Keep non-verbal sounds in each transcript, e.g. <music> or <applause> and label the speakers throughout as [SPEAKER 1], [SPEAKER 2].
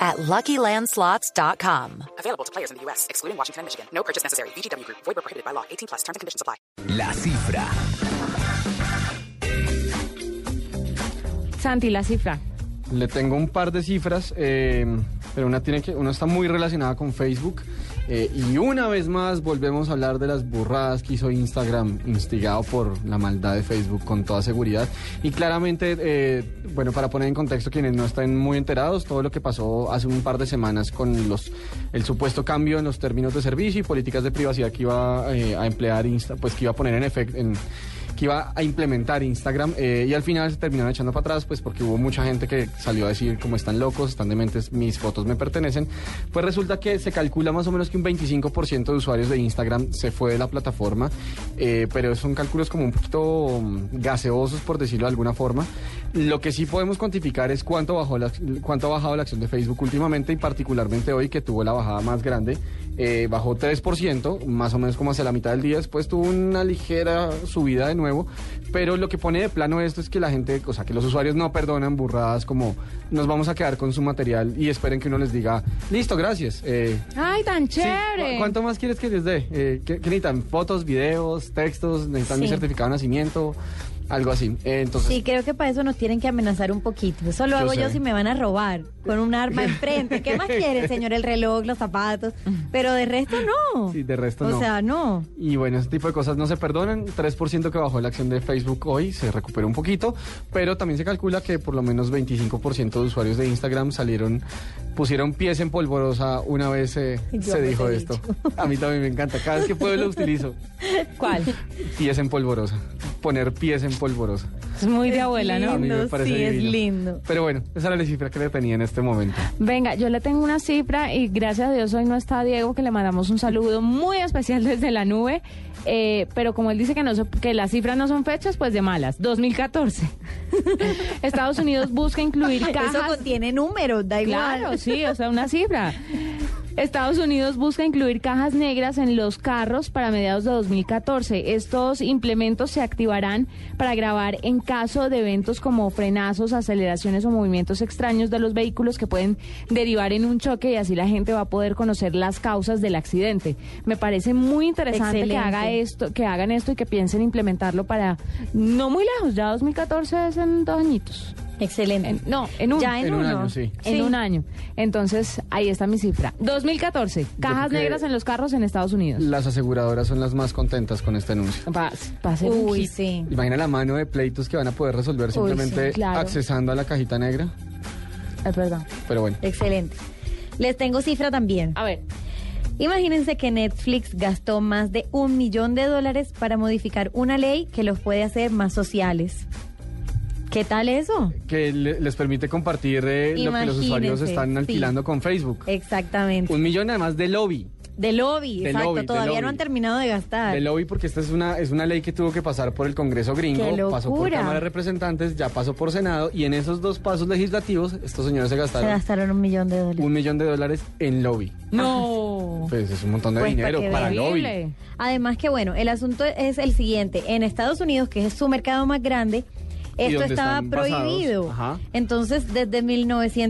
[SPEAKER 1] at LuckyLandSlots.com.
[SPEAKER 2] Available to players in the U.S., excluding Washington and Michigan. No purchase necessary. VGW Group. Void where prohibited by law. 18 plus. Terms and conditions apply.
[SPEAKER 3] La cifra
[SPEAKER 4] Santi, la cifra.
[SPEAKER 5] Le tengo un par de cifras, eh, pero una tiene que, una está muy relacionada con Facebook. eh, y una vez más volvemos a hablar de las burradas que hizo Instagram, instigado por la maldad de Facebook con toda seguridad. Y claramente, eh, bueno, para poner en contexto quienes no estén muy enterados, todo lo que pasó hace un par de semanas con los el supuesto cambio en los términos de servicio y políticas de privacidad que iba eh, a emplear Insta, pues que iba a poner en efecto en que iba a implementar Instagram eh, y al final se terminaron echando para atrás, pues porque hubo mucha gente que salió a decir como están locos, están dementes, mis fotos me pertenecen. Pues resulta que se calcula más o menos que un 25% de usuarios de Instagram se fue de la plataforma, eh, pero son cálculos como un poquito mm, gaseosos, por decirlo de alguna forma. Lo que sí podemos cuantificar es cuánto, bajó la, cuánto ha bajado la acción de Facebook últimamente y particularmente hoy que tuvo la bajada más grande. eh, bajó 3%, más o menos como hacia la mitad del día. Después tuvo una ligera subida de nuevo. Pero lo que pone de plano esto es que la gente, o sea, que los usuarios no perdonan burradas como nos vamos a quedar con su material y esperen que uno les diga, listo, gracias. eh,
[SPEAKER 4] Ay, tan
[SPEAKER 5] sí,
[SPEAKER 4] chévere.
[SPEAKER 5] ¿cu- ¿Cuánto más quieres que les dé? Eh, ¿qué, qué necesitan? ¿Fotos, videos, textos? ¿Necesitan mi
[SPEAKER 6] Sí.
[SPEAKER 5] certificado de nacimiento? Algo así. Eh, entonces,
[SPEAKER 6] Sí, creo que para eso nos tienen que amenazar un poquito. Eso lo
[SPEAKER 5] Yo
[SPEAKER 6] hago yo
[SPEAKER 5] sé.
[SPEAKER 6] si me van a robar, con un
[SPEAKER 5] <laughs>
[SPEAKER 6] arma enfrente. ¿Qué más quiere, señor? El reloj, los zapatos. Pero de resto no.
[SPEAKER 5] Sí, de resto
[SPEAKER 6] o
[SPEAKER 5] no.
[SPEAKER 6] O sea, no.
[SPEAKER 5] Y bueno, ese tipo de cosas no se perdonan. 3% que bajó la acción de Facebook hoy, se recuperó un poquito, pero también se calcula que por lo menos 25% de usuarios de Instagram salieron, pusieron pies en polvorosa una vez eh,
[SPEAKER 6] Yo
[SPEAKER 5] se
[SPEAKER 6] me
[SPEAKER 5] dijo
[SPEAKER 6] he
[SPEAKER 5] esto.
[SPEAKER 6] dicho.
[SPEAKER 5] A mí también me encanta, cada vez que puedo lo utilizo.
[SPEAKER 6] <laughs>
[SPEAKER 4] ¿Cuál?
[SPEAKER 5] Pies en polvorosa, poner pies en polvorosa.
[SPEAKER 4] Es muy de abuela,
[SPEAKER 5] A
[SPEAKER 4] ¿no?
[SPEAKER 5] mí me
[SPEAKER 6] Lindo,
[SPEAKER 5] parece
[SPEAKER 6] sí, es
[SPEAKER 5] divino.
[SPEAKER 6] lindo.
[SPEAKER 5] Pero bueno, esa era la cifra que le tenía en este momento.
[SPEAKER 4] Venga, yo le tengo una cifra y gracias a Dios hoy no está Diego, que le mandamos un saludo muy especial desde la nube. Eh, pero como él dice que, no, so- que las cifras no son fechas, pues de malas. 2014. <laughs> Estados Unidos busca incluir cajas.
[SPEAKER 6] Eso contiene números, da igual.
[SPEAKER 4] Claro, sí, o sea, una cifra. Estados Unidos busca incluir cajas negras en los carros para mediados de 2014. Estos implementos se activarán para grabar en caso de eventos como frenazos, aceleraciones o movimientos extraños de los vehículos que pueden derivar en un choque y así la gente va a poder conocer las causas del accidente. Me parece muy interesante que haga
[SPEAKER 6] Excelente.
[SPEAKER 4] esto, que hagan esto y que piensen implementarlo para no muy lejos, ya 2014 es en dos añitos.
[SPEAKER 6] Excelente.
[SPEAKER 4] En- no, en un,
[SPEAKER 6] Ya en,
[SPEAKER 5] En un
[SPEAKER 6] uno.
[SPEAKER 5] año, sí.
[SPEAKER 4] en un año. Entonces, ahí está mi cifra. 2014,
[SPEAKER 5] creo
[SPEAKER 4] cajas
[SPEAKER 5] que-
[SPEAKER 4] negras en los carros en Estados Unidos.
[SPEAKER 5] Las aseguradoras son las más contentas con este anuncio.
[SPEAKER 4] Va, va a ser un
[SPEAKER 6] Uy,
[SPEAKER 4] hit.
[SPEAKER 6] sí.
[SPEAKER 5] Imagina la mano de pleitos que van a poder resolver simplemente
[SPEAKER 4] sí, claro.
[SPEAKER 5] accesando a la cajita negra.
[SPEAKER 4] Es verdad.
[SPEAKER 5] Pero bueno.
[SPEAKER 6] Excelente. Les tengo cifra también.
[SPEAKER 4] A ver,
[SPEAKER 6] Imagínense que Netflix gastó más de un millón de dólares para modificar una ley que los puede hacer más sociales. ¿Qué tal eso?
[SPEAKER 5] que le- les permite compartir eh, lo que los
[SPEAKER 6] Imagínense,
[SPEAKER 5] usuarios están
[SPEAKER 6] sí.
[SPEAKER 5] alquilando
[SPEAKER 6] Eh.
[SPEAKER 5] con Facebook.
[SPEAKER 6] Exactamente.
[SPEAKER 5] Un millón además de lobby.
[SPEAKER 6] De lobby,
[SPEAKER 5] De
[SPEAKER 6] exacto.
[SPEAKER 5] lobby, de
[SPEAKER 6] Todavía
[SPEAKER 5] lobby.
[SPEAKER 6] no han terminado de gastar.
[SPEAKER 5] De lobby porque esta es una, es una ley que tuvo que pasar por el Congreso
[SPEAKER 6] Ah. ¡Qué
[SPEAKER 5] gringo,
[SPEAKER 6] locura!
[SPEAKER 5] pasó por Cámara de Representantes, ya pasó por Senado y en esos dos pasos legislativos estos señores se
[SPEAKER 6] Se
[SPEAKER 5] gastaron
[SPEAKER 6] gastaron un millón de dólares.
[SPEAKER 5] un millón de dólares en lobby.
[SPEAKER 4] no.
[SPEAKER 5] Pues es un montón de
[SPEAKER 6] Pues, para
[SPEAKER 5] dinero
[SPEAKER 6] que
[SPEAKER 5] para,
[SPEAKER 6] vean.
[SPEAKER 5] lobby.
[SPEAKER 6] Además que bueno, el asunto es el siguiente. En Estados Unidos, que es su mercado más grande,
[SPEAKER 5] Y
[SPEAKER 6] esto
[SPEAKER 5] donde
[SPEAKER 6] estaba
[SPEAKER 5] están basados,
[SPEAKER 6] prohibido.
[SPEAKER 5] ajá.
[SPEAKER 6] Entonces, desde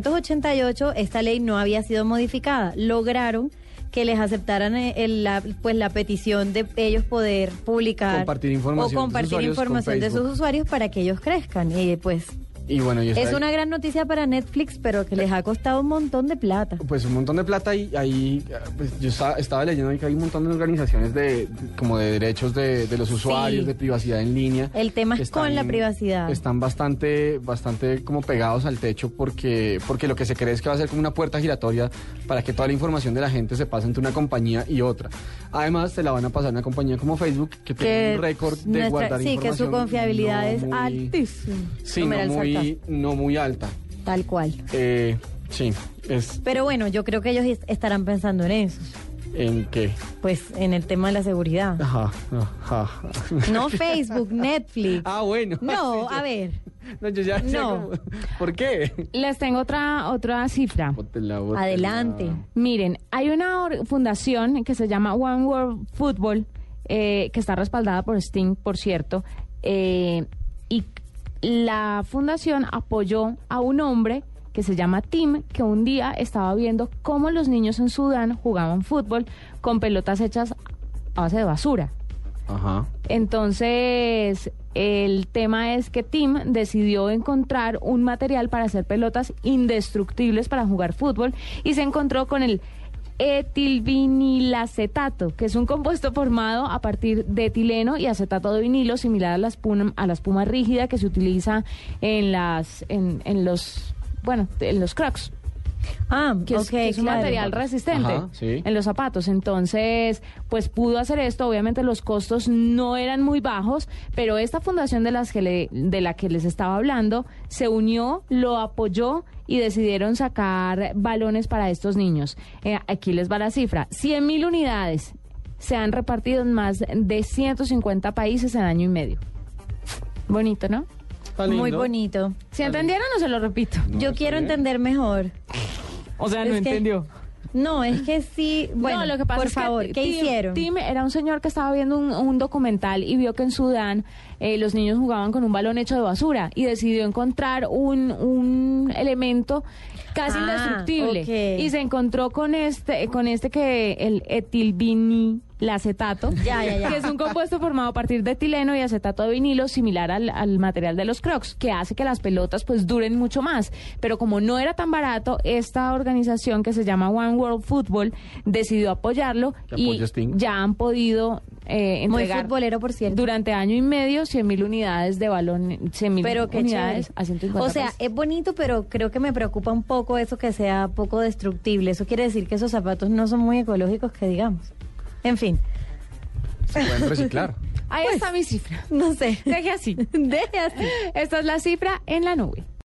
[SPEAKER 6] 1988, esta ley no había sido modificada. Lograron que les aceptaran eh, el- la, pues la petición de ellos poder publicar
[SPEAKER 5] Compartir información de
[SPEAKER 6] o
[SPEAKER 5] sus
[SPEAKER 6] compartir
[SPEAKER 5] usuarios con
[SPEAKER 6] información de sus
[SPEAKER 5] Facebook.
[SPEAKER 6] usuarios para que ellos crezcan y pues
[SPEAKER 5] Y bueno, y está
[SPEAKER 6] es
[SPEAKER 5] ahí.
[SPEAKER 6] una gran noticia para Netflix pero que les ha costado un montón de plata
[SPEAKER 5] Pues un montón de plata y ahí eh, pues, yo estaba, estaba leyendo ahí que hay un montón de organizaciones de como de derechos de, de los usuarios,
[SPEAKER 6] Sí.
[SPEAKER 5] de privacidad en línea.
[SPEAKER 6] El tema es
[SPEAKER 5] que
[SPEAKER 6] con la privacidad.
[SPEAKER 5] Están bastante, bastante como pegados al techo porque, porque lo que se cree es que va a ser como una puerta giratoria para que toda la información de la gente se pase entre una compañía y otra. Además, se la van a pasar a una compañía como Facebook que, tiene
[SPEAKER 6] que
[SPEAKER 5] un récord de
[SPEAKER 6] nuestra-
[SPEAKER 5] guardar
[SPEAKER 6] sí que
[SPEAKER 5] información.
[SPEAKER 6] su confiabilidad
[SPEAKER 5] no
[SPEAKER 6] es
[SPEAKER 5] muy-
[SPEAKER 6] altísima
[SPEAKER 5] Sí, no
[SPEAKER 6] Numeral sarcasmo.
[SPEAKER 5] muy, no muy alta.
[SPEAKER 6] Tal cual.
[SPEAKER 5] Eh, sí, es
[SPEAKER 6] Pero bueno, yo creo que ellos est- estarán pensando en eso.
[SPEAKER 5] ¿En qué?
[SPEAKER 6] Pues en el tema de la seguridad.
[SPEAKER 5] <laughs> Ajá, ajá, ajá.
[SPEAKER 6] No Facebook, Netflix.
[SPEAKER 5] <laughs> Ah, bueno. <laughs>
[SPEAKER 6] No, a ver.
[SPEAKER 5] No, yo ya, ya
[SPEAKER 6] No.
[SPEAKER 5] como- ¿Por qué?
[SPEAKER 4] <laughs> Les tengo otra, otra cifra.
[SPEAKER 5] Bótela, bótela.
[SPEAKER 6] Adelante.
[SPEAKER 4] Miren, hay una or- fundación que se llama One World Football, eh, que está respaldada por Sting, por cierto, eh, y la fundación apoyó a un hombre que se llama Tim, que un día estaba viendo cómo los niños en Sudán jugaban fútbol con pelotas hechas a base de basura.
[SPEAKER 5] Ajá.
[SPEAKER 4] Entonces, el tema es que Tim decidió encontrar un material para hacer pelotas indestructibles para jugar fútbol y se encontró con el etilvinilacetato, que es un compuesto formado a partir de etileno y acetato de vinilo, similar a la espuma, a la espuma rígida que se utiliza en las en, en los bueno, en los crocs
[SPEAKER 6] Ah,
[SPEAKER 4] que es,
[SPEAKER 6] ok,
[SPEAKER 4] que es un
[SPEAKER 6] claro.
[SPEAKER 4] material resistente
[SPEAKER 5] Ajá, sí.
[SPEAKER 4] en los zapatos. Entonces, pues pudo hacer esto. Obviamente los costos no eran muy bajos, pero esta fundación de, las que le- de la que les estaba hablando se unió, lo apoyó y decidieron sacar balones para estos niños. Eh, aquí les va la cifra. 100 mil unidades se han repartido en más de 150 países en año y medio. Bonito, ¿no?
[SPEAKER 5] Está
[SPEAKER 6] Muy
[SPEAKER 5] lindo.
[SPEAKER 6] bonito.
[SPEAKER 4] ¿Se entendieron o se lo repito?
[SPEAKER 5] No,
[SPEAKER 6] Yo
[SPEAKER 5] está
[SPEAKER 6] quiero
[SPEAKER 5] bien. Ah,
[SPEAKER 6] entender mejor.
[SPEAKER 4] O sea,
[SPEAKER 6] no Es que- entendió. No, es que sí. Bueno,
[SPEAKER 4] no, lo que pasa
[SPEAKER 6] por
[SPEAKER 4] es
[SPEAKER 6] favor,
[SPEAKER 4] que
[SPEAKER 6] ¿qué
[SPEAKER 4] Tim-
[SPEAKER 6] hicieron?
[SPEAKER 4] Tim era un señor que estaba viendo un, un documental y vio que en Sudán eh, los niños jugaban con un balón hecho de basura y decidió encontrar un, un elemento casi
[SPEAKER 6] Ah,
[SPEAKER 4] indestructible
[SPEAKER 6] ok.
[SPEAKER 4] y se encontró con este con este que el etilvini acetato,
[SPEAKER 6] Ya, ya, ya.
[SPEAKER 4] que es un compuesto formado a partir de etileno y acetato de vinilo similar al, al material de los crocs, que hace que las pelotas pues duren mucho más. Pero como no era tan barato, esta organización que se llama One World Football decidió apoyarlo
[SPEAKER 5] Que
[SPEAKER 4] y
[SPEAKER 5] apoye a Sting.
[SPEAKER 4] ya han podido eh,
[SPEAKER 6] Muy
[SPEAKER 4] entregar
[SPEAKER 6] futbolero, por cierto.
[SPEAKER 4] durante año y medio 100 mil unidades de balón, 100 mil
[SPEAKER 6] Pero qué chévere.
[SPEAKER 4] unidades a 150
[SPEAKER 6] O sea, eh,
[SPEAKER 4] pesos.
[SPEAKER 6] es bonito, pero creo que me preocupa un poco eso que sea poco destructible. Eso quiere decir que esos zapatos no son muy ecológicos, que digamos. En fin, <laughs>
[SPEAKER 5] Se pueden reciclar.
[SPEAKER 6] <laughs>
[SPEAKER 4] ahí está mi cifra.
[SPEAKER 6] no sé.
[SPEAKER 4] Deje así.
[SPEAKER 6] pues, Deje así.
[SPEAKER 4] Esta es la cifra en la nube.